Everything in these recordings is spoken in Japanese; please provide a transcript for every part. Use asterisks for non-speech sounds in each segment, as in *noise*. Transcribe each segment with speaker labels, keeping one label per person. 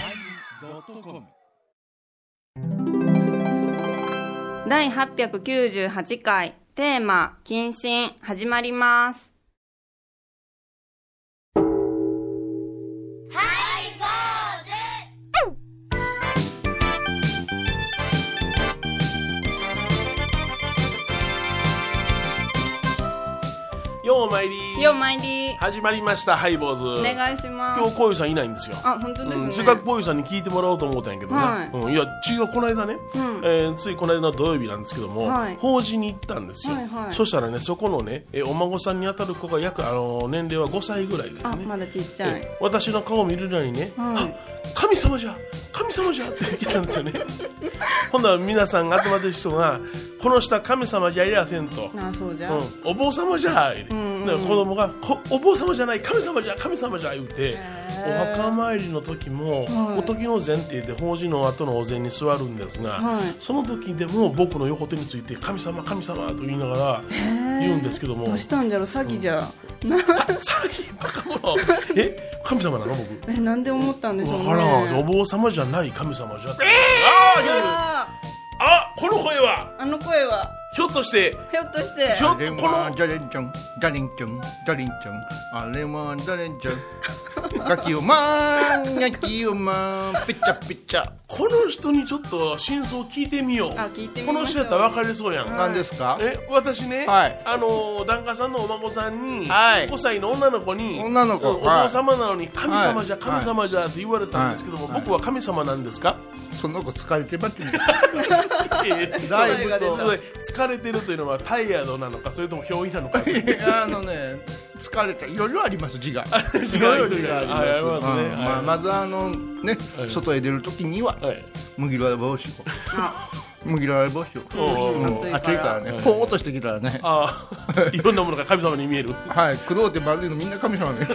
Speaker 1: yosmir.com
Speaker 2: 第898回テーマ「謹慎」始まります
Speaker 3: ようまいり
Speaker 2: ようまいり
Speaker 3: 始まりましたハイボーズ
Speaker 2: お願いします
Speaker 3: 今日こういうさんいないんですよ
Speaker 2: あ本当ですね、
Speaker 3: うん、中学こういうさんに聞いてもらおうと思ったんやけどな、
Speaker 2: はい
Speaker 3: うん、いや中学この間ね、
Speaker 2: ん
Speaker 3: えーついこの間の土曜日なんですけども、
Speaker 2: はい
Speaker 3: 法事に行ったんですよ、
Speaker 2: はいはい
Speaker 3: そしたらねそこのね、えーお孫さんにあたる子が約、あのー年齢は5歳ぐらいです
Speaker 2: あ
Speaker 3: ね、
Speaker 2: まだちっち
Speaker 3: え
Speaker 2: ゃい、
Speaker 3: ー私の顔を見るのにね、
Speaker 2: はい
Speaker 3: あ神様じゃ神様じゃって来たんで
Speaker 2: *laughs*
Speaker 3: すよねほんなら皆さんが集まってる人がこの下神様じゃいやせんと、
Speaker 2: あそうじゃ、
Speaker 3: うん、お坊様じゃい、
Speaker 2: んうん
Speaker 3: だから子供がこお坊様じゃない神様じゃ神様じゃ言うてお
Speaker 2: ー
Speaker 3: 墓参りの時も、
Speaker 2: はい
Speaker 3: お時の前って言って法事の後のお膳に座るんですが、
Speaker 2: はい
Speaker 3: その時でも僕の横手について神様神様と言いながら言うんですけども
Speaker 2: どうしたんじゃろ詐欺じゃ、
Speaker 3: さ詐欺バカ
Speaker 2: *laughs*
Speaker 3: 者え神様なの僕
Speaker 2: えなんで思ったんでしょう
Speaker 3: わ
Speaker 2: ね
Speaker 3: からんお坊様じゃない神様じゃって、あーいやいや
Speaker 2: あ
Speaker 3: あこの声は
Speaker 2: ーあの声は
Speaker 3: ひょっとして
Speaker 2: ひょっとして
Speaker 3: ひょっと
Speaker 4: れ
Speaker 3: この
Speaker 4: はダレンちゃんダレンちゃんダレンちゃんあれはダレンちゃんガキをまーガキをまーピッチャピッチャ
Speaker 3: この人にちょっと真相を聞いてみよう
Speaker 2: あ聞いてみ
Speaker 3: こ
Speaker 2: ましょう
Speaker 3: の人やったら分かりそうやん、
Speaker 4: 何ですか
Speaker 3: え私ね、
Speaker 4: はい
Speaker 3: あのー檀家さんのお孫さんに、
Speaker 4: はい
Speaker 3: 5歳の女の子に
Speaker 4: 女の子
Speaker 3: うんお
Speaker 4: はい
Speaker 3: 坊様なのに神様じゃ、
Speaker 4: はい
Speaker 3: 神様じゃって言われたんですけども、
Speaker 4: はい
Speaker 3: 僕は神様なんですか、
Speaker 4: その子疲れてます
Speaker 3: *laughs*
Speaker 4: ね
Speaker 3: ええ
Speaker 4: だい
Speaker 2: 声
Speaker 4: ぶ
Speaker 2: が出
Speaker 3: そ
Speaker 2: た
Speaker 3: れ疲れてるというのはタイヤードなのかそれとも憑依なのか違う
Speaker 4: あのね疲れたいろいろあります
Speaker 3: *laughs*
Speaker 4: 字が
Speaker 3: 違
Speaker 4: いろ
Speaker 3: う
Speaker 4: いろ字があり
Speaker 3: はいありま
Speaker 4: ますす
Speaker 3: ね
Speaker 4: うんま
Speaker 3: は
Speaker 4: あ
Speaker 3: い
Speaker 4: まずあのね
Speaker 3: はい
Speaker 4: 外へ出るときには
Speaker 3: はい
Speaker 4: 麦わら帽子を
Speaker 2: あ
Speaker 4: 麦わら帽子を
Speaker 3: お
Speaker 2: ー
Speaker 4: うん
Speaker 2: 暑いから
Speaker 4: 暑いからねポーっとしてきたらね
Speaker 3: ああい
Speaker 4: *laughs*
Speaker 3: ろんなものが神様に見える
Speaker 4: はい工藤って丸いのみんな神様ね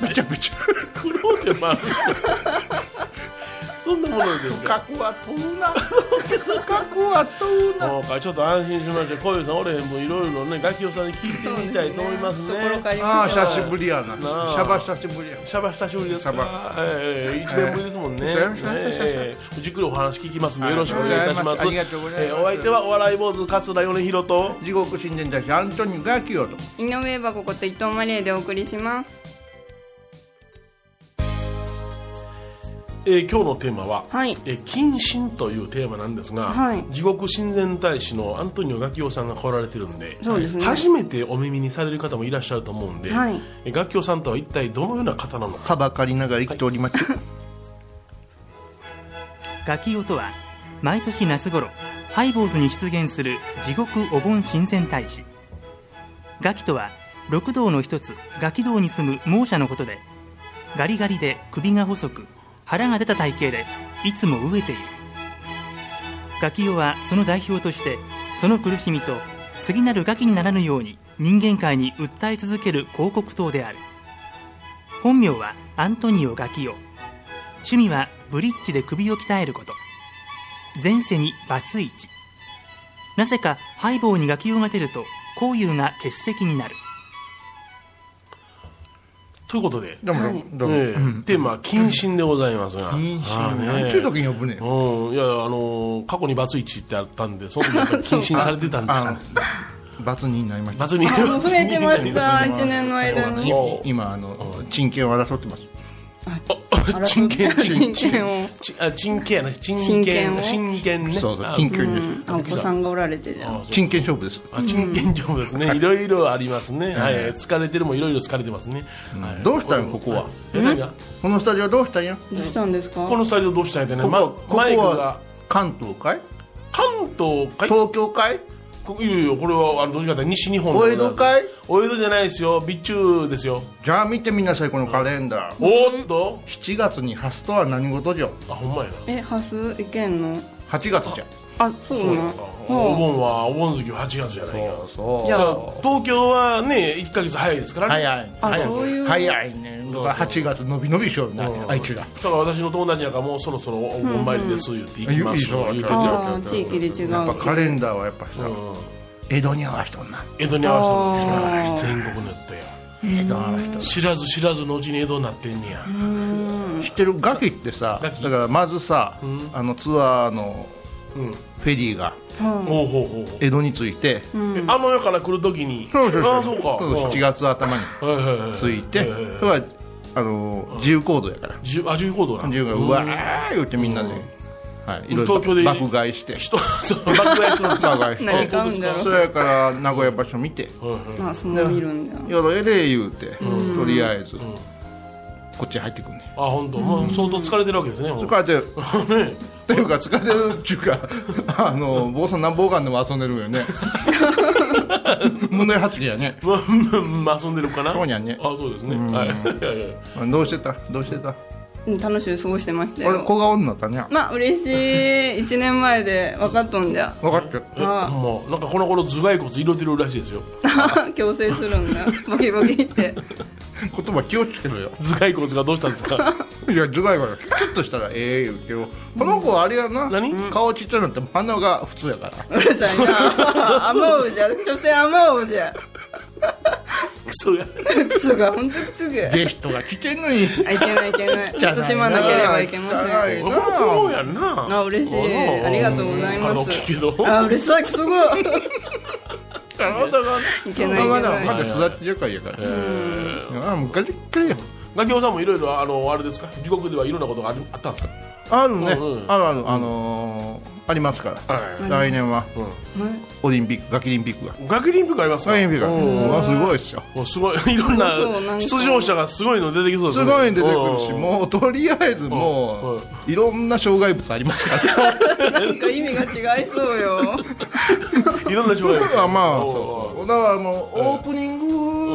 Speaker 4: めちゃめちゃ
Speaker 3: 苦労ってまあ *laughs* そんなものですか
Speaker 4: 過去は問うな過去は問うな
Speaker 3: そうかちょっと安心しましたこういうさんおれへんもいろいろねガキオさんに聞いてみたいと思いますね
Speaker 2: 懐かり
Speaker 4: ああ
Speaker 2: ましょう
Speaker 4: 久しぶりやなシ
Speaker 3: なあ
Speaker 4: ャバ久しぶりや
Speaker 3: シャバ久しぶりです
Speaker 4: シ
Speaker 3: か、ええ一1年ぶりですもんね、
Speaker 4: え
Speaker 3: え
Speaker 4: え
Speaker 3: えじっくりお話聞きますのでよろしくお願いいたします
Speaker 4: ありがとうございます
Speaker 3: ええお相手はお笑い坊主桂米宏と
Speaker 4: 地獄神殿大師アントニオガキよと
Speaker 2: 井上箱こと伊藤マリエでお送りします
Speaker 3: えー今日のテーマは「
Speaker 2: はい
Speaker 3: えー謹慎」というテーマなんですが、
Speaker 2: はい
Speaker 3: 地獄親善大使のアントニオガキオさんが来られてるんで
Speaker 2: そうですね
Speaker 3: 初めてお耳にされる方もいらっしゃると思うんで、
Speaker 2: はい
Speaker 3: えーガキオさんとは一体どのような方なのか
Speaker 4: はばかりながら生きております、
Speaker 5: ガキオとは毎年夏頃ハイボーズに出現する地獄お盆親善大使ガキとは六道の一つガキ道に住む猛者のことでガリガリで首が細く腹が出た体型でいつも飢えているガキオはその代表としてその苦しみと次なるガキにならぬように人間界に訴え続ける広告塔である本名はアントニオ・ガキオ趣味はブリッジで首を鍛えること前世にバツイチなぜかハイボーにガキ用が出ると交友が欠席になる
Speaker 3: ということで、
Speaker 4: どうもどうもどうも、
Speaker 3: ええテーマは謹慎でございますが
Speaker 4: 謹慎
Speaker 3: ああね
Speaker 4: なんちゅう時に呼ぶねん
Speaker 3: うん、いやあのー過去にバツイチってあったんでその
Speaker 4: *laughs*
Speaker 3: 時は謹慎されてたんですよ
Speaker 4: 罰になりました
Speaker 3: バツに
Speaker 2: 増えてました
Speaker 3: *laughs* バツ
Speaker 2: 1年の間
Speaker 3: バツ
Speaker 2: に
Speaker 3: に
Speaker 4: い今あの珍権を争ってます
Speaker 3: あ人権
Speaker 2: 人
Speaker 3: 人
Speaker 2: 権
Speaker 3: 権
Speaker 2: を
Speaker 3: ちあ人権やな人
Speaker 2: 人権を
Speaker 3: 権人権ね
Speaker 4: そうそう
Speaker 3: あ
Speaker 4: 珍権です、
Speaker 2: あお子さんがおられてじゃん
Speaker 4: 珍権勝負です
Speaker 3: あ人権上ですねいろいろありますね、はい、疲れてるもいろいろ疲れてますね、はい
Speaker 4: どうしたんよここは
Speaker 3: え何が
Speaker 4: このスタジオどうしたんや
Speaker 2: どうしたんですか
Speaker 3: このスタジオどうしたんやってね、
Speaker 4: ここ
Speaker 3: ま
Speaker 4: ここ
Speaker 3: マイクが
Speaker 4: は関東かい
Speaker 3: 関東かい
Speaker 4: 東京かい
Speaker 3: こいやいやこれはあのどっちかというと西日本でございます
Speaker 4: お江戸かい
Speaker 3: お江戸じゃないですよ備中ですよ
Speaker 4: じゃあ見てみなさいこのカレンダー
Speaker 3: おーっと
Speaker 4: 7月に発すとは何事じゃ
Speaker 3: あほんまやな
Speaker 2: えハスいけんの
Speaker 4: 8月じゃ
Speaker 2: あそうな
Speaker 3: お
Speaker 2: ほ
Speaker 3: 盆はお盆月は8月じゃないか
Speaker 4: そうそう
Speaker 2: じゃあ
Speaker 3: 東京はね1か月早いですからね、
Speaker 4: 早いね
Speaker 2: あ
Speaker 4: 早
Speaker 2: そういう
Speaker 4: 早いね
Speaker 3: そう
Speaker 4: 8月伸び伸びしよるなあいつら
Speaker 3: だから私の友達なんかもうそろそろお盆参りです言って行きますよ、
Speaker 4: うんうん
Speaker 3: 言うて
Speaker 2: う
Speaker 3: るよ
Speaker 2: ああ地域で違う
Speaker 4: やっぱカレンダーはやっぱさ
Speaker 3: うん
Speaker 4: 江戸に合わしとんな
Speaker 3: 江戸に合わせた
Speaker 2: あ
Speaker 3: の
Speaker 2: ー
Speaker 3: 全国ネットや
Speaker 4: 人あの人
Speaker 3: 知らず知らずのうちに江戸になってんねや、
Speaker 4: 知ってるガキってさ
Speaker 3: ガ
Speaker 4: だ
Speaker 3: キ
Speaker 4: からまずさ、あのツアーの
Speaker 3: うん
Speaker 4: フェリーが
Speaker 3: ほうほうほうほう
Speaker 4: 江戸に着いて、
Speaker 3: えあの世から来るときに
Speaker 4: そうそう
Speaker 3: ああ
Speaker 4: そ
Speaker 3: そうう
Speaker 4: そ
Speaker 3: か
Speaker 4: う7月頭に
Speaker 3: うんはいはいはい
Speaker 4: 着いて、
Speaker 3: え
Speaker 4: それはあのー自由行動やから
Speaker 3: じゅあ重工道な
Speaker 4: 自由がうわー言ってみんなで、はい、いろいろ
Speaker 3: 東京で
Speaker 4: 爆買いして
Speaker 3: 人そう爆買いするんですよ
Speaker 4: 爆買いして
Speaker 2: 何買うんだろう
Speaker 4: それから名古屋場所見て
Speaker 3: はいはい
Speaker 2: あそんな見るんだ
Speaker 4: 夜えで言うて、とりあえず、こっち入ってくんね
Speaker 3: あ本当、まあ、相当疲れてるわけですねも
Speaker 4: そうれからでというか疲れてるっていうか *laughs* あの坊さんなんぼうかんでも遊んでるよね問題発言やね
Speaker 3: まあ *laughs* まあ遊んでるかな
Speaker 4: そうにゃんね
Speaker 3: あそうですねはいいやいや
Speaker 4: どうしてたどうしてた
Speaker 2: うん楽しゅう過ごしてました
Speaker 4: 俺
Speaker 2: よ
Speaker 4: 小顔になったね
Speaker 2: まあ嬉しい1年前で分かっとんじゃ *laughs*
Speaker 4: 分かってる
Speaker 2: あ
Speaker 3: もうなんかこの頃頭蓋骨色てるらしいですよ *laughs*
Speaker 2: 強制するんだボキボキって
Speaker 4: 言葉気をつけろよ
Speaker 3: 頭蓋骨がどうしたんです
Speaker 4: *laughs*
Speaker 3: か
Speaker 4: いや頭蓋がちょっとしたらええ言うけどこの子はあれやな
Speaker 3: 何
Speaker 4: 顔ちっちゃなっても鼻が普通やから
Speaker 3: *laughs*
Speaker 2: うるさいな甘うじゃ所詮甘うじゃ
Speaker 3: クソが
Speaker 2: すぐ本当にすぐ
Speaker 4: ゲストが来てんのに
Speaker 2: あいけないいけないとしまなければいけません
Speaker 4: ん
Speaker 3: そうやんな
Speaker 2: あ嬉しい
Speaker 3: の
Speaker 2: ありがとうございます
Speaker 3: あの聞くけど
Speaker 2: あうるさいすごいいけないいけ
Speaker 4: まだ
Speaker 2: な
Speaker 4: ま
Speaker 2: い
Speaker 4: だ育ち若いやからあもうガチッカリや
Speaker 3: ガキオさんもいろいろあのあれですか地獄ではいろんなことがあるあったんですか
Speaker 4: あるね
Speaker 3: うんうん
Speaker 4: あるあるあのーありますから
Speaker 3: は
Speaker 4: 来年は
Speaker 2: うん
Speaker 4: オリンピックガキリンピックが
Speaker 3: いガキリンピックありますか
Speaker 4: ガキリンピックが
Speaker 3: うん
Speaker 4: もうすごいっすよ
Speaker 3: もうすごいいろんな
Speaker 2: そうなんか
Speaker 3: 出場者がすごいの出てきそうです
Speaker 4: す
Speaker 3: ね
Speaker 4: ごい出てくるし
Speaker 3: うん
Speaker 4: もうとりあえずも
Speaker 3: うん
Speaker 4: ういろんな障害物ありますから
Speaker 2: なんか意味が違いそうよ
Speaker 3: いろんな障害
Speaker 4: あ *laughs* まあ
Speaker 3: お
Speaker 4: そううそうだからもうオープニン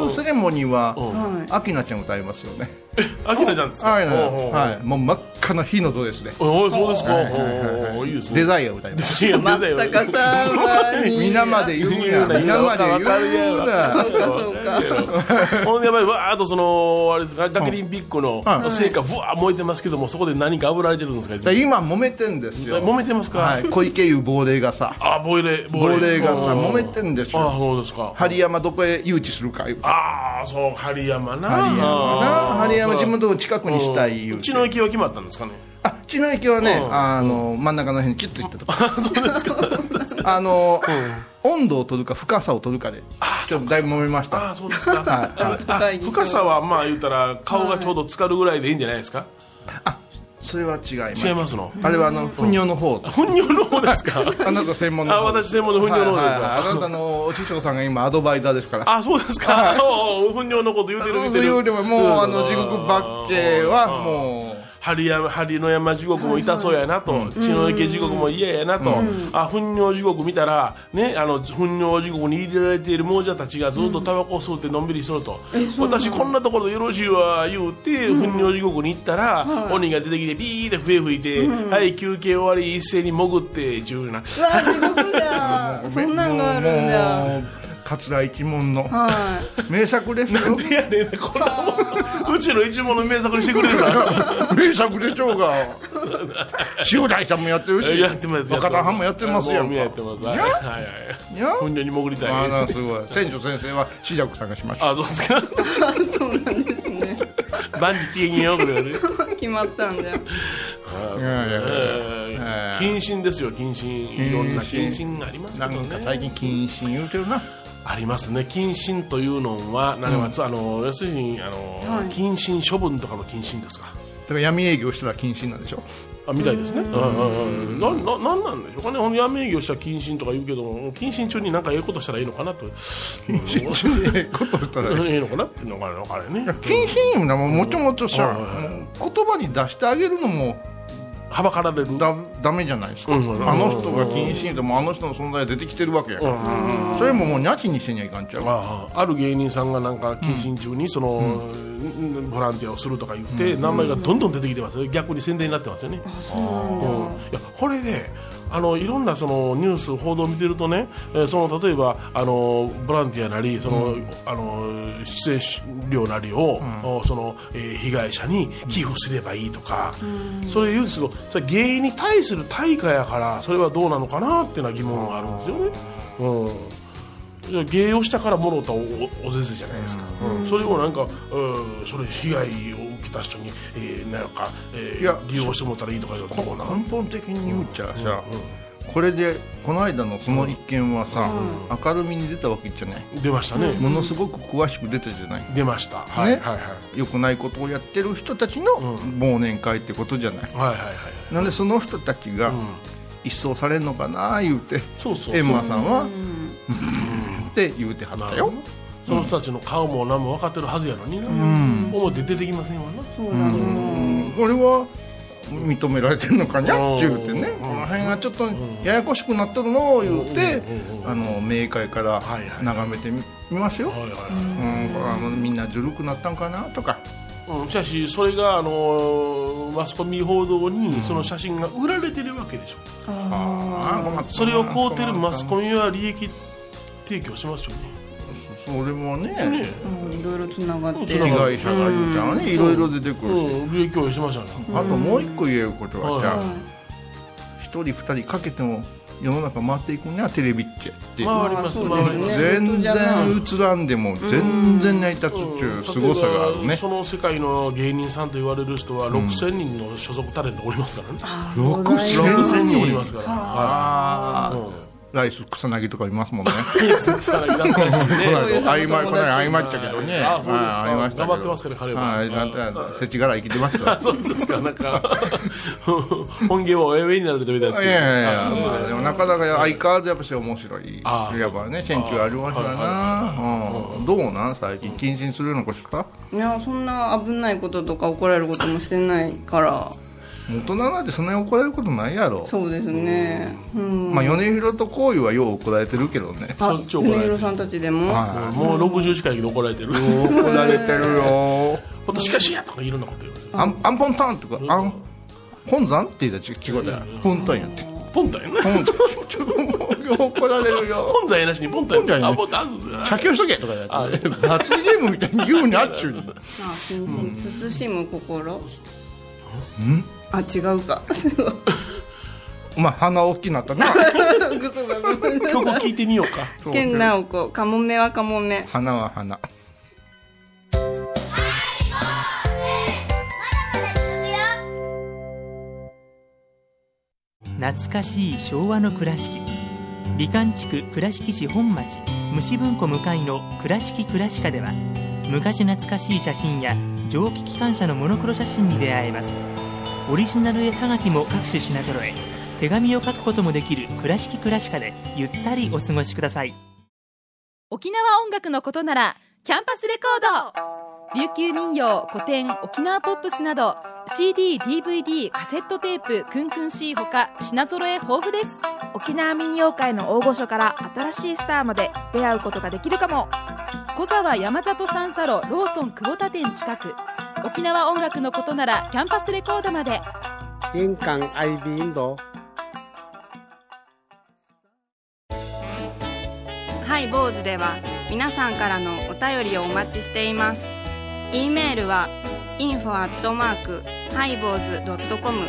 Speaker 4: グセレモニーは
Speaker 2: ん
Speaker 4: アキナちゃん歌いますよね
Speaker 3: *laughs* あきなちゃんですか
Speaker 4: アキナちゃ
Speaker 3: お
Speaker 4: ん
Speaker 3: うおう
Speaker 4: はいもう真っ赤な火のドレスで
Speaker 3: おいそうですか
Speaker 4: は
Speaker 3: お
Speaker 4: いはいはいは
Speaker 3: うおういいです
Speaker 4: デ
Speaker 3: ね
Speaker 4: ザインを歌います
Speaker 3: いやデザイン
Speaker 2: 松坂さんは
Speaker 4: 皆まで言うな皆まで言うな *laughs*
Speaker 2: そうかそうか
Speaker 3: *laughs* ほんでやっぱりわーっとそのあれですかガキリンピックの
Speaker 4: は
Speaker 3: 成果ぶわー燃えてますけどもそこで何か炙られてるんですか
Speaker 4: だから今揉めてんですよ、
Speaker 3: 揉めてますか、
Speaker 4: はい、小池湯亡霊がさ
Speaker 3: あボイレ
Speaker 4: 亡霊がさ
Speaker 3: あ
Speaker 4: 揉めてんです
Speaker 3: あ
Speaker 4: よ
Speaker 3: そうですか
Speaker 4: 針山どこへ誘致するかいう
Speaker 3: ああそう針山な
Speaker 4: 針山な
Speaker 3: あー
Speaker 4: 針
Speaker 3: そう
Speaker 4: 山自分のとこ近くにしたい言
Speaker 3: う
Speaker 4: う
Speaker 3: ち
Speaker 4: て
Speaker 3: の駅は決まったんですかね *laughs*
Speaker 4: あっちの駅はね
Speaker 3: うん
Speaker 4: あの真ん中の辺にキュッと行ったとこ
Speaker 3: あそうですか
Speaker 4: あの温度を取るか深さを取るかでちょっとだいぶ揉めました
Speaker 3: ああそうですか
Speaker 4: は
Speaker 3: あ深さはまあ言ったら顔がちょうど浸かるぐらいでいいんじゃないですか
Speaker 4: それは違います
Speaker 3: 違いますの
Speaker 4: あれはあの糞尿の方です
Speaker 3: 糞尿の方ですか
Speaker 4: あなた専門の
Speaker 3: あ
Speaker 4: 方
Speaker 3: 私専門の糞尿の方ですか、
Speaker 4: はいはいはいあなたのお師匠さんが今アドバイザーですから
Speaker 3: *laughs* あそうですか、おうおう糞尿のこと言うてる言う
Speaker 4: そ
Speaker 3: て
Speaker 4: ういうよ
Speaker 3: る
Speaker 4: りももうあの地獄ばっけはもう
Speaker 3: 針山針の山地獄も痛そうやなと、血の池地獄も嫌やなと、あ糞尿地獄見たら、ね、あの糞尿地獄に入れられている亡者たちがずっとタバコを吸うてのんびりしとると、私、こんなところでよろしいわ言うて、糞尿地獄に行ったら、鬼が出てきて、ピーって笛吹いて、はい、休憩終わり、一斉に潜って、重要
Speaker 2: う
Speaker 3: な。
Speaker 2: わ地獄だそんなんがあるんだ
Speaker 4: もう桂一門の
Speaker 2: は
Speaker 4: 名作ですよ
Speaker 3: いやねんなこれうちの一門の名作にしてくれるな
Speaker 4: *laughs* 名作でしょうが塩大さんもやってるし
Speaker 3: やってます
Speaker 4: 若田さんもやってますやん
Speaker 3: も
Speaker 4: か
Speaker 3: うやってますはいはいはい
Speaker 4: いや
Speaker 3: 糞尿に潜りたい
Speaker 4: あらすごい船長先生は四尺さんがしました
Speaker 3: あそうですか
Speaker 2: いそうなんですね
Speaker 3: 万事禁煙よこれ
Speaker 4: *laughs*
Speaker 3: はね
Speaker 2: 決まったんだよ
Speaker 4: いやいやいや
Speaker 3: え
Speaker 4: え
Speaker 3: ー
Speaker 4: ー
Speaker 3: 謹慎ですよ謹慎いろんな謹
Speaker 4: 謹慎
Speaker 3: 慎がありますけ
Speaker 4: な
Speaker 3: ど
Speaker 4: んか
Speaker 3: ね
Speaker 4: 最近謹慎言うてるな
Speaker 3: ありますね謹慎というのはなんか、あの要するにあの、
Speaker 2: はい
Speaker 3: 謹慎処分とかの謹慎ですか
Speaker 4: だから闇営業したら謹慎なんでしょ
Speaker 3: あみたいですねうんうんうんなななんなんでしょうかねほんで闇営業したら謹慎とか言うけども謹慎中になんかええことしたらいいのかなと謹慎中
Speaker 4: ええことしたら
Speaker 3: いいのかなっていうのがあれね
Speaker 4: 謹慎言うのはもうもちょもちょさ
Speaker 3: うんはいはいはい
Speaker 4: もう言葉に出してあげるのも
Speaker 3: はばかられる
Speaker 4: だダメじゃないですか、
Speaker 3: うん
Speaker 4: あの人が謹慎でもあの人の存在が出てきてるわけやから、それももうニャチにしてにはいかんちゃう
Speaker 3: ああある芸人さんがなんか謹慎中にその、うんボランティアをするとか言って、名前がどんどん出てきてますよ逆に宣伝になってますよね。うんいやこれねあのいろんなそのニュース報道を見てるとね、えーその例えばあのボランティアなりその、あの出演料なりを、おそのえー被害者に寄付すればいいとか、それ言うんですけどそれは芸に対する対価やからそれはどうなのかなっていうのは疑問があるんですよね。うん芸をしたからもろたおおぜぜじゃないですか、それをなんか、うん、それ被害を受けた人に、えーなんか、えー
Speaker 4: いや
Speaker 3: 利用してもらったらいいとかじゃなくてこうな
Speaker 4: 根本的に言うちゃさ、これでこの間のその一件はさ、明るみに出たわけじゃない、
Speaker 3: 出ましたね、
Speaker 4: ものすごく詳しく出たじゃない、
Speaker 3: 出ましたはい
Speaker 4: ね
Speaker 3: はいはい
Speaker 4: 良くないことをやってる人たちの忘年会ってことじゃない、
Speaker 3: はいはいはい
Speaker 4: なんでその人たちが一掃されんのかな言うて、
Speaker 3: そうそう
Speaker 4: エンマさんは、うんって言うてはったよ、
Speaker 3: その人たちの顔も何も分かってるはずやのにな、表出てきませんわな
Speaker 2: そうだと思う
Speaker 4: うんこれは認められてんのかにゃ
Speaker 3: うん
Speaker 4: 言うてね、この辺がちょっとややこしくなったのを言うて、あの冥界から
Speaker 3: はいはい
Speaker 4: 眺めてみ見ますよ、
Speaker 3: はいはいはい
Speaker 4: うん、これはもうみんなずるくなったんかなとか、
Speaker 3: うん、しかしそれが、あのーマスコミ報道にその写真が売られてるわけでしょ、
Speaker 4: ああ困ったな
Speaker 3: それを買うてるマスコミは利益提供しますよね
Speaker 4: それもね
Speaker 3: ね
Speaker 2: うんいろいろつながって
Speaker 4: 被
Speaker 2: る
Speaker 4: 害者がいるじゃんねいろいろ出てくるし、
Speaker 3: うん利益をしましたね
Speaker 4: あともう一個言えることは、
Speaker 3: うん
Speaker 4: じゃあ
Speaker 3: うん
Speaker 4: 一人二人かけても世の中回っていくにはテレビってっていう
Speaker 3: 回ります
Speaker 2: そうだよね
Speaker 3: 回ります
Speaker 4: 全然映らんでも全然成り立つっていう凄さがある
Speaker 3: 例えば
Speaker 4: ね
Speaker 3: その世界の芸人さんと言われる人は6000人の所属タレントおりますからね、
Speaker 4: 6000
Speaker 3: 6000人おりますから、は
Speaker 4: あ
Speaker 3: い
Speaker 4: あライス草�薙とかいま
Speaker 3: *laughs*
Speaker 4: すもんね
Speaker 3: うんさらになんかし
Speaker 4: この
Speaker 3: ね
Speaker 4: 間あいまいこの間あいまっちゃけどね
Speaker 3: あそうですか
Speaker 4: はい会いましたけど
Speaker 3: 頑張ってますから彼は
Speaker 4: はいなんかせちがら生きてました
Speaker 3: *laughs*
Speaker 4: よ
Speaker 3: そうですかなんか本業はおやめになるとみたいですけ
Speaker 4: い
Speaker 3: ど
Speaker 4: やいやいや、まあ、でもなかなか相変わらずやっぱし面白い
Speaker 3: あー
Speaker 4: やっぱね選挙ありましたなうんどうなん最近謹慎するようなことした
Speaker 2: いやそんな危ないこととか怒られることもしてないから
Speaker 4: 大人なんてそんなに怒られることないやろ
Speaker 2: そうですねうん
Speaker 4: まあ米広と行為はよう怒られてるけどね
Speaker 2: あ
Speaker 3: そっち怒られて
Speaker 2: 米
Speaker 3: る
Speaker 2: 広さんたちでも
Speaker 4: は
Speaker 3: もう60しか生き残られてる
Speaker 4: 怒られてるよ
Speaker 3: ほんとしかしやとかいろんなこと言われて
Speaker 4: アンアンポンタンとかアン本山って言ったら違うだよポンタンやって
Speaker 3: ポンタンやな
Speaker 4: ポンタン怒られるよ
Speaker 3: 本罪なしにポンタン
Speaker 4: 本罪なし
Speaker 3: あポンタンあそうですよ
Speaker 4: 写経しとけとかやって罰ゲームみたいに言うにあっちゅうに
Speaker 2: あ謹慎慎む心んあ違うか
Speaker 4: お前鼻大きなったな *laughs*
Speaker 2: グソがごめんな
Speaker 3: 曲聞いてみようか
Speaker 2: 健直子かもめはかもめ
Speaker 4: 鼻は鼻
Speaker 5: 懐かしい昭和の倉敷美観地区倉敷市本町虫文庫向かいの「倉敷倉歯科」では昔懐かしい写真や蒸気機関車のモノクロ写真に出会えますオリジナル絵はがきも各種品揃え手紙を書くこともできる「倉敷倉歯科」でゆったりお過ごしください
Speaker 1: 沖縄音楽のことならキャンパスレコード琉球民謡古典沖縄ポップスなど CDDVD カセットテープクンクン C ほか品揃え豊富です
Speaker 6: 沖縄民謡界の大御所から新しいスターまで出会うことができるかも
Speaker 1: 小沢山里三佐路ローソン久保田店近く沖縄音楽のことならキャンパスレコードまで
Speaker 7: 印港 I B 印度。
Speaker 2: はい坊主では皆さんからのお便りをお待ちしています e メールは info アットマークハイボーズドットコム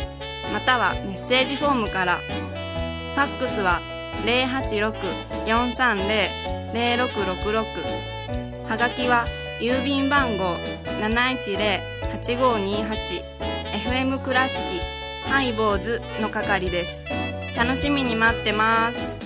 Speaker 2: またはメッセージフォームからファックスは086-430-0666はがきは郵便番号 710-8528FM 倉敷ハイボーズの係です楽しみに待ってます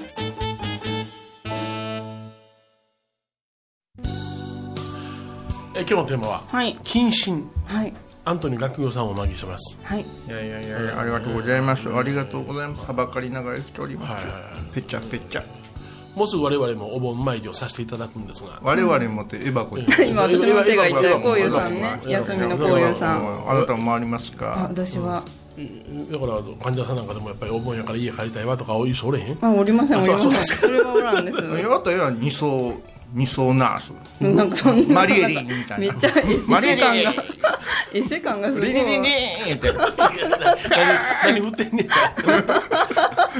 Speaker 3: え今日のテーマは
Speaker 2: はい
Speaker 3: 「謹慎
Speaker 2: はい」
Speaker 3: アントニー学業さんをお招きしてます
Speaker 2: はい
Speaker 4: いやいやいやいやありがとうございますありがとうございますはばかりながら生きております
Speaker 3: はいはいは
Speaker 4: ぺちゃぺちゃ
Speaker 3: もうすぐ我々もお盆参りをさせていただくんですが
Speaker 4: 我々もってエバコに
Speaker 2: 今私の手が痛い
Speaker 3: 今
Speaker 2: こうゆうさんね休みのこうゆうさん
Speaker 4: あなたも回ります
Speaker 2: あ
Speaker 4: か
Speaker 2: 私は
Speaker 3: だから患者さんなんかでもやっぱりお盆やから家帰りたいわとかおいそれへん
Speaker 2: あおりませんおりませ
Speaker 3: そうんそう
Speaker 2: それはおらんです
Speaker 4: あとは二層二層ナース
Speaker 2: なんかそんな
Speaker 4: マリエリンみたいな
Speaker 2: めっちゃ伊
Speaker 4: マリエ
Speaker 2: 勢
Speaker 4: リ
Speaker 2: 感
Speaker 4: ン
Speaker 2: が伊勢感
Speaker 3: *laughs*
Speaker 2: がすごい
Speaker 4: リリリリーンって
Speaker 3: 何振ってんね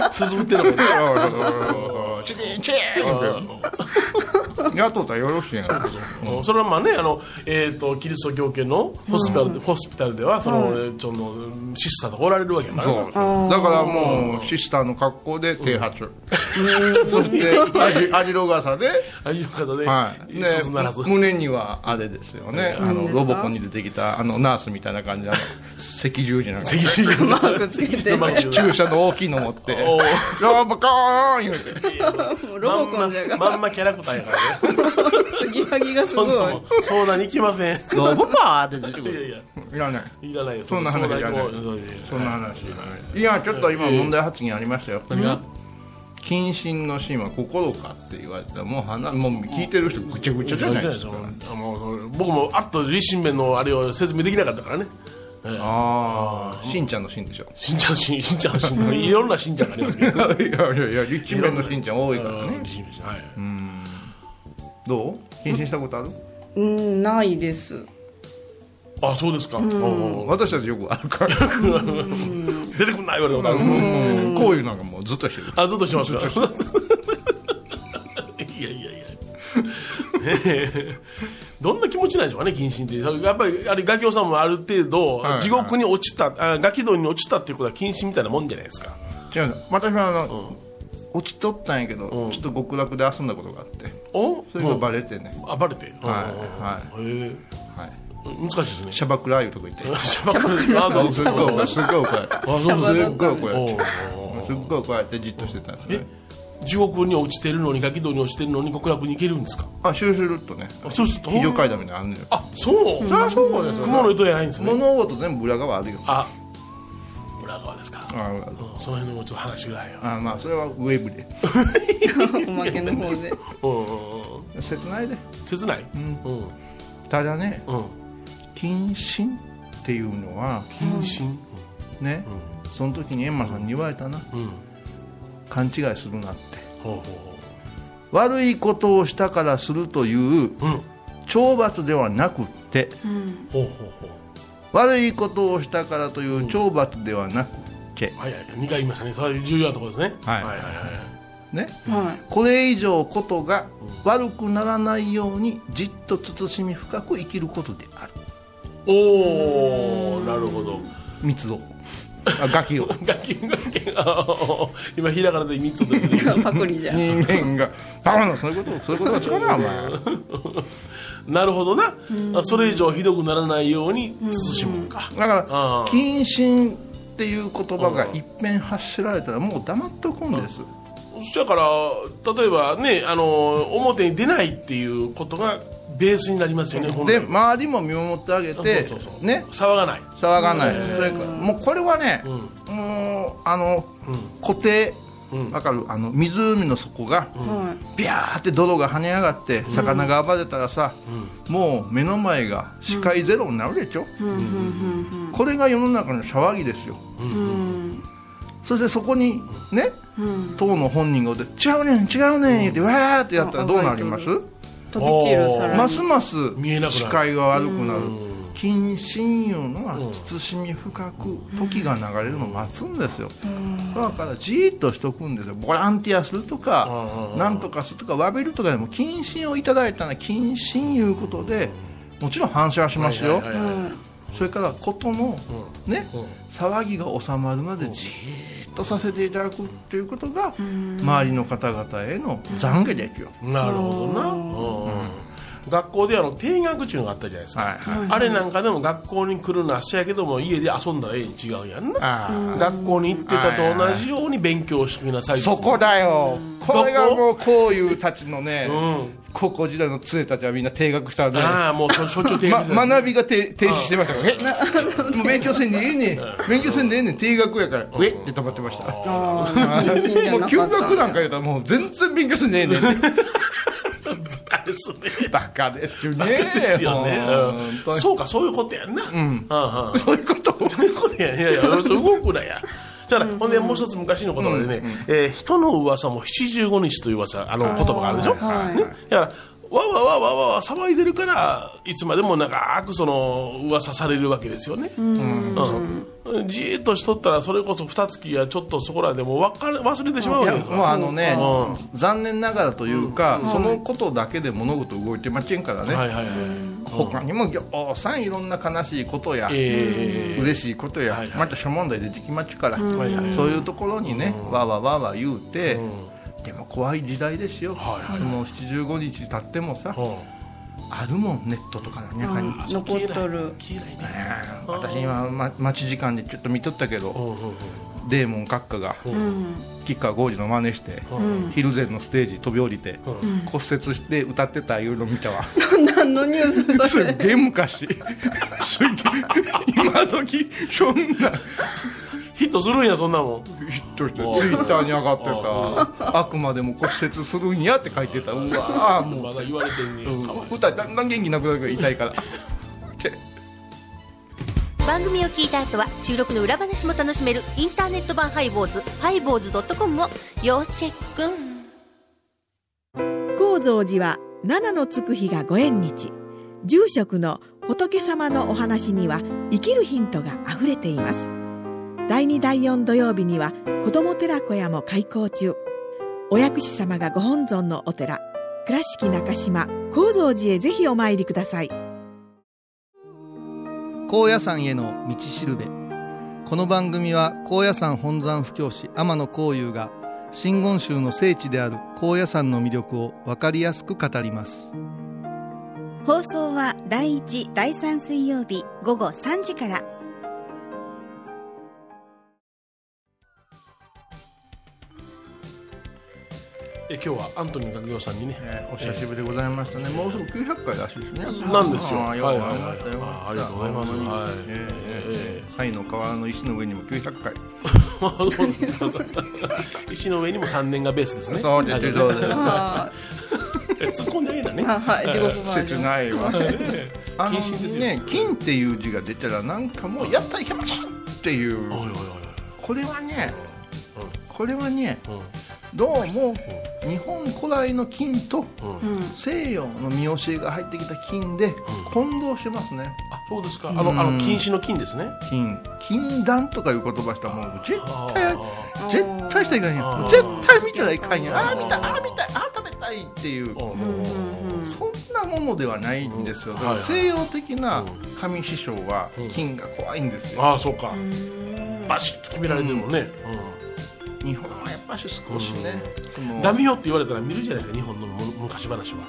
Speaker 3: ん *laughs* 鈴振ってんのか
Speaker 4: チリンチリンってやっとったらよろしいやんか
Speaker 3: うんそれはまあねあの、えー、とキリスト教系のホスピタル,、ホスピタルではその、そのシスターとかおられるわけやから
Speaker 4: そうだからもうシスターの格好で停髪、そしてアジアジロ傘で
Speaker 3: ああいう方で、
Speaker 4: はい、で
Speaker 3: 進ならず *laughs*
Speaker 4: 胸にはあれですよね、あのロボコンに出てきたあのナースみたいな感じの赤十字の
Speaker 3: 赤十字マー
Speaker 2: クつけて
Speaker 4: 注射の大きいの持って
Speaker 3: おー
Speaker 4: 「ロボコーン!」言うて
Speaker 2: もう
Speaker 3: ま
Speaker 2: ロ
Speaker 3: ん
Speaker 2: ボコンじゃ
Speaker 3: ま
Speaker 2: が、
Speaker 3: まんまキャラクターやからね
Speaker 2: 継ぎはぎがすご
Speaker 3: そ *laughs* んなも
Speaker 2: い
Speaker 3: ん。相談に行きませんい
Speaker 4: 「ロボパー!」って出てく
Speaker 3: やい
Speaker 4: る
Speaker 3: や
Speaker 4: いらない
Speaker 3: いらないよ
Speaker 4: そんな話いらな
Speaker 3: 相
Speaker 4: い
Speaker 3: 談行こうそう
Speaker 4: そんな話いらないいやちょっと今問題発言ありましたよ
Speaker 3: 何が
Speaker 4: 謹慎のシーンは心かって言われたらもう花もう聞いてる人ぐちゃぐちゃじゃないですか
Speaker 3: あもうそれ僕もあっと立身弁のあれを説明できなかったからねええ
Speaker 4: ああしんちゃんのシーンでしょ
Speaker 3: しんちゃんしんしんちゃんしんちゃんいろんなしんちゃんがありますけど
Speaker 4: いや *laughs* いやいやリッチメンのしんちゃん多いからね
Speaker 3: 立身弁はい
Speaker 4: どう謹慎したことある
Speaker 2: うん、ないです。
Speaker 3: あそうですかおうおう
Speaker 4: 私たちよくあるから
Speaker 3: 出てくんない言われたことある
Speaker 4: こういうなんかもうずっとしてる
Speaker 3: あずっとしてますから *laughs* いやいやいやねえどんな気持ちなんでしょうかね謹慎ってやっぱりあれガキオさんもある程度、
Speaker 4: はい
Speaker 3: 地獄に落ちたあガキ道に落ちたっていうことは謹慎みたいなもんじゃないですか
Speaker 4: 違うの私はあの落ちとったんやけど
Speaker 3: うん
Speaker 4: ちょっと極楽で遊んだことがあって
Speaker 3: お
Speaker 4: それがバレてね
Speaker 3: あバレて、
Speaker 4: は
Speaker 3: は
Speaker 4: い
Speaker 3: い、へえ
Speaker 4: はい
Speaker 3: 難しいですね
Speaker 4: シャバクラいうとこ行って
Speaker 3: シャバクラあどう
Speaker 4: すっごいすっごい怒られた
Speaker 3: あそう
Speaker 4: す
Speaker 3: で
Speaker 4: っ
Speaker 3: す
Speaker 4: ごい怒ら
Speaker 3: おう
Speaker 4: れた
Speaker 3: おうおう
Speaker 4: すっごい怒られてじっとしてたんですよね
Speaker 3: 地獄に落ちてるのにガキ道に落ちてるのに極楽に行けるんですか
Speaker 4: あシュルシュルっとね
Speaker 3: あそうすると
Speaker 4: 非常階段みたいなのあるのよ
Speaker 3: あそう、
Speaker 4: そりゃそうですよ
Speaker 3: 雲の糸じゃないんですね
Speaker 4: 物事全部裏側あるよ
Speaker 3: あ裏側ですか
Speaker 4: あ裏側
Speaker 3: うんその辺のちょっと話ぐらいよ
Speaker 4: あまあそれはウェブで
Speaker 2: おまけの方で。
Speaker 3: うんうんうん
Speaker 4: 切ないで
Speaker 3: 切ないうんうん
Speaker 4: ただね
Speaker 3: うん
Speaker 4: 謹慎っていうのは
Speaker 3: 謹慎
Speaker 4: ねその時にエンマさんに言われたな
Speaker 3: うんうん
Speaker 4: 勘違いするなって
Speaker 3: ほうほ
Speaker 4: 悪いことをしたからするという
Speaker 3: うほううん
Speaker 4: 懲罰ではなくって
Speaker 3: ほうほうほ
Speaker 4: 悪いことをしたからという懲罰ではなくて
Speaker 3: うはいはい2回言いましたねそれ重要なところですね
Speaker 4: はい
Speaker 3: はいはいはい
Speaker 4: ね
Speaker 2: は
Speaker 4: これ以上ことが悪くならないようにじっと慎み深く生きることである
Speaker 3: おおなるほど
Speaker 4: 密度あガキを
Speaker 3: ガキンガキンあー今ひらがなで3つと出てる
Speaker 1: *laughs*
Speaker 2: い。パクリじゃん。
Speaker 4: 人間がバカなそういうことそういうことはつかないお前
Speaker 3: なるほどなあそれ以上ひどくならないように慎むのか
Speaker 4: だから
Speaker 3: あー
Speaker 4: 謹慎っていう言葉が一遍発せられたらもう黙っとくんです
Speaker 3: そやから例えばねあの表に出ないっていうことがベースになりますよね本
Speaker 4: で
Speaker 3: 来
Speaker 4: 周りも見守ってあげて
Speaker 3: そうそうそう
Speaker 4: ね
Speaker 3: 騒がない
Speaker 4: 騒がないそれからもうこれはねもうあの固定わかるあの湖の底が
Speaker 2: は
Speaker 4: ビャーって泥が跳ね上がって魚が暴れたらさ、もう目の前が視界ゼロになるでしょ、これが世の中の騒ぎですよ、そしてそこにね、当の本人がおって「違うねん違うねん」ってわーってやったらどうなります、
Speaker 2: い。飛び散るさら
Speaker 4: ま
Speaker 2: に。
Speaker 4: すます
Speaker 3: 見えなくなる
Speaker 4: 視界が悪くなる謹慎いうのは慎み深く時が流れるのを待つんですよだからじーっとしとくんですよボランティアするとかなんとかするとかわびるとかでも謹慎をいただいたら謹慎いうことでもちろん反射はしますよ
Speaker 3: はいはいはいはい
Speaker 4: それから事のね騒ぎが収まるまでじーっとさせていただくっていうことが周りの方々への懺悔ですよ
Speaker 3: なるほどな、うん学校であの定額っていうのがあったじゃないですか、
Speaker 4: はいはい
Speaker 3: あれなんかでも学校に来るのはせやけども家で遊んだらええに違うやんな
Speaker 4: あー
Speaker 3: 学校に行ってたと同じように勉強しときなさい
Speaker 4: そこだよ、これがもうこういうたちのね、
Speaker 3: ん
Speaker 4: 高校時代の常たちはみんな停学したんで、
Speaker 3: ああも
Speaker 4: *laughs*
Speaker 3: うしょしょっちゅう定
Speaker 4: ま
Speaker 3: 額です、 *laughs*
Speaker 4: 学びがて停止してましたから、えなもう勉強せんでええねん、勉強せんでええねん、停学やから、うえって止まってました、も
Speaker 2: あー謹慎じゃ
Speaker 4: う
Speaker 2: な
Speaker 4: 休
Speaker 2: かった
Speaker 4: 学なんか言うたら、もう全然勉強せんでええねん、
Speaker 3: あれっすね
Speaker 4: バカですよね、
Speaker 3: ですよね、
Speaker 4: 本
Speaker 3: う
Speaker 4: 当
Speaker 3: ん
Speaker 4: に
Speaker 3: そうかそういうことやんな、うんうんうん
Speaker 4: そういうこと、
Speaker 3: そういうことやいやいや俺それ動くなやじゃあほんでもう一つ昔の言葉でね、えー人の噂も七十五日という噂あの言葉があるでしょ、
Speaker 2: はい
Speaker 3: ね、だからわわわわわわ騒いでるからいつまでも長くその噂されるわけですよね、うんじーっとしとったらそれこそ二月やちょっとそこらでもわかれ忘れてしまう
Speaker 4: い
Speaker 3: わけ
Speaker 4: や
Speaker 3: です
Speaker 4: もうあのね、
Speaker 3: うん
Speaker 4: 残念ながらというか、そのことだけで物事動いてませんからね、
Speaker 3: はいはいはい、
Speaker 4: 他にもぎょうさんいろんな悲しいことや、
Speaker 3: えー
Speaker 4: 嬉しいことや、
Speaker 3: はいはい
Speaker 4: また諸問題出てきまっちゅから、
Speaker 3: はいはい
Speaker 4: そういうところにね、わーわーわーわー言うて、でも怖い時代ですよ、
Speaker 3: はいはい
Speaker 4: その75日経ってもさ、
Speaker 3: うん
Speaker 4: あるもんネットとかの中に、ね
Speaker 2: 残っとる
Speaker 3: 消えないね
Speaker 4: え私今、ま、待ち時間でちょっと見とったけ
Speaker 3: う
Speaker 4: ど、
Speaker 3: んうんうん
Speaker 4: デーモン閣下が吉川晃司の真似して、ヒルゼンのステージ飛び降りて、骨折して歌ってたいうの見たわ。
Speaker 2: 何のニュース
Speaker 4: すっげえ昔すっげえ今時そんな
Speaker 3: ヒットするんやそんなもん
Speaker 4: ヒットしてツイッターに上がってたあくまでも骨折するんやって書いてたうわあも
Speaker 3: まだ言われてんね
Speaker 4: う、
Speaker 3: んかわい
Speaker 4: 歌だんだん元気なくなるから痛いか
Speaker 8: *laughs*
Speaker 4: らって
Speaker 9: 番組を聞いた後は収録の裏話も楽しめるインターネット版ハイボーズハイボーズドットコムを要チェック
Speaker 10: 高蔵寺は七のつく日がご縁日住職の仏様のお話には生きるヒントがあふれています第2第4土曜日には子ども寺小屋も開校中お薬師様がご本尊のお寺倉敷中島・高蔵寺へぜひお参りください
Speaker 8: 高野山への道しるべこの番組は高野山本山布教師天野幸雄が真言宗の聖地である高野山の魅力を分かりやすく語ります
Speaker 11: 放送は第1第3水曜日午後3時から
Speaker 3: え今日はアントニー学業さんにね
Speaker 4: えーお久しぶりでございましたねもうすぐ900回らしいですね
Speaker 3: なんですよ
Speaker 4: あーよ
Speaker 3: はい
Speaker 4: か
Speaker 3: はいはい
Speaker 4: ったよかっ
Speaker 3: あ
Speaker 4: た
Speaker 3: ーありがとうございます
Speaker 4: 本当に
Speaker 3: はい
Speaker 4: え
Speaker 3: え
Speaker 4: ーサイの川の石の上にも900回
Speaker 3: ま *laughs* あどうですか *laughs* 石の上にも3年がベースですね
Speaker 4: そうです
Speaker 3: はい
Speaker 4: そうです
Speaker 2: あ
Speaker 3: え突っ込んであげたね
Speaker 2: あはい地獄バージ
Speaker 4: 切
Speaker 2: ョン
Speaker 4: ないわあの
Speaker 3: 謹慎ですよ
Speaker 4: ね金っていう字が出たらなんかもうやったらいけませんっていう
Speaker 3: おいおいおいおい
Speaker 4: これはね
Speaker 3: うん
Speaker 4: これはね
Speaker 3: うん
Speaker 4: どうも日本古来の金と
Speaker 3: うん
Speaker 4: 西洋の見教えが入ってきた金で混同してますね
Speaker 3: あそうですかあのあの禁止の禁ですね
Speaker 4: 金金断とかいう言葉したらもう絶対
Speaker 3: あ
Speaker 4: 絶対していかんや
Speaker 3: あー
Speaker 4: ん絶対見たらいかんやんああ見たああ見たいああ食べたいっていう
Speaker 3: ーうん
Speaker 4: そんなものではないんですよ、
Speaker 3: うん
Speaker 4: だから西洋的な
Speaker 3: はいはい
Speaker 4: 神師匠は
Speaker 3: うん
Speaker 4: 金が怖いんですよ、
Speaker 3: ああそうかバシッと決められてるもんね
Speaker 4: 日本はやっぱし少しね、そ
Speaker 3: うん
Speaker 4: の
Speaker 3: ダメよって言われたら見るじゃないですか日本のむ昔話は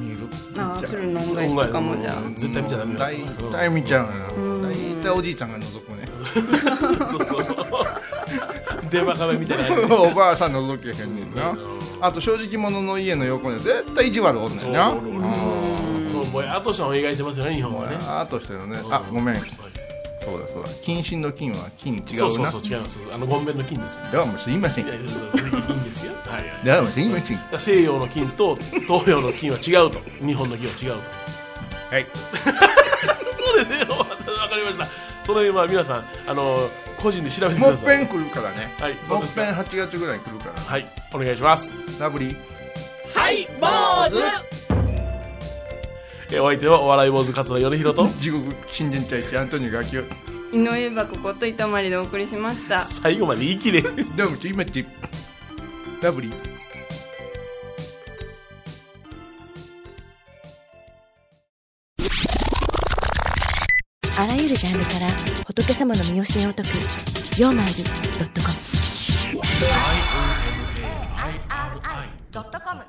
Speaker 4: 見る
Speaker 2: あーそれ
Speaker 4: 見ちゃ
Speaker 2: の
Speaker 4: う
Speaker 2: 恩返しとかもじゃあ
Speaker 3: うん絶対見ちゃダメよ
Speaker 4: 大体見ちゃうのよ大体おじいちゃんが覗くね
Speaker 3: そうそう電話壁みたいなやつね
Speaker 4: *laughs* おばあさん覗けへんねんなあと正直者の家の横には絶対意地悪おんね
Speaker 3: そ
Speaker 4: ん
Speaker 3: う
Speaker 4: な
Speaker 3: そうぼやっとしたのを描いてますよね日本はね
Speaker 4: あーっとしてるねあごめんそうだそうだ謹慎の金は金違うな
Speaker 3: そうそうそう違いますあのゴンベンの金ですよ
Speaker 4: ではもうすいません
Speaker 3: いや
Speaker 4: で
Speaker 3: いやそういいんですよはいはい
Speaker 4: はもうすいません
Speaker 3: 西洋の金と東洋の金は違うと日本の金は違うと
Speaker 4: はい
Speaker 3: それで、ね、わかりましたその辺は皆さんあの個人で調べてく
Speaker 4: も
Speaker 3: だ
Speaker 4: っ
Speaker 3: さい
Speaker 4: ぺん来るからね、
Speaker 3: はい
Speaker 4: もっぺん8月ぐらいに来るから
Speaker 3: はいお願いします
Speaker 4: ラブリー
Speaker 3: はい坊主えお相手はお笑い坊主桂米広と
Speaker 4: 地獄新人大使アントニオガキオ
Speaker 2: 井上箱こと糸まりでお送りしました
Speaker 3: 最後まで言い切れ
Speaker 4: どうもすいませんラブリー
Speaker 9: あらゆるジャンルから仏様の身教えを解く「曜マイルドットコム」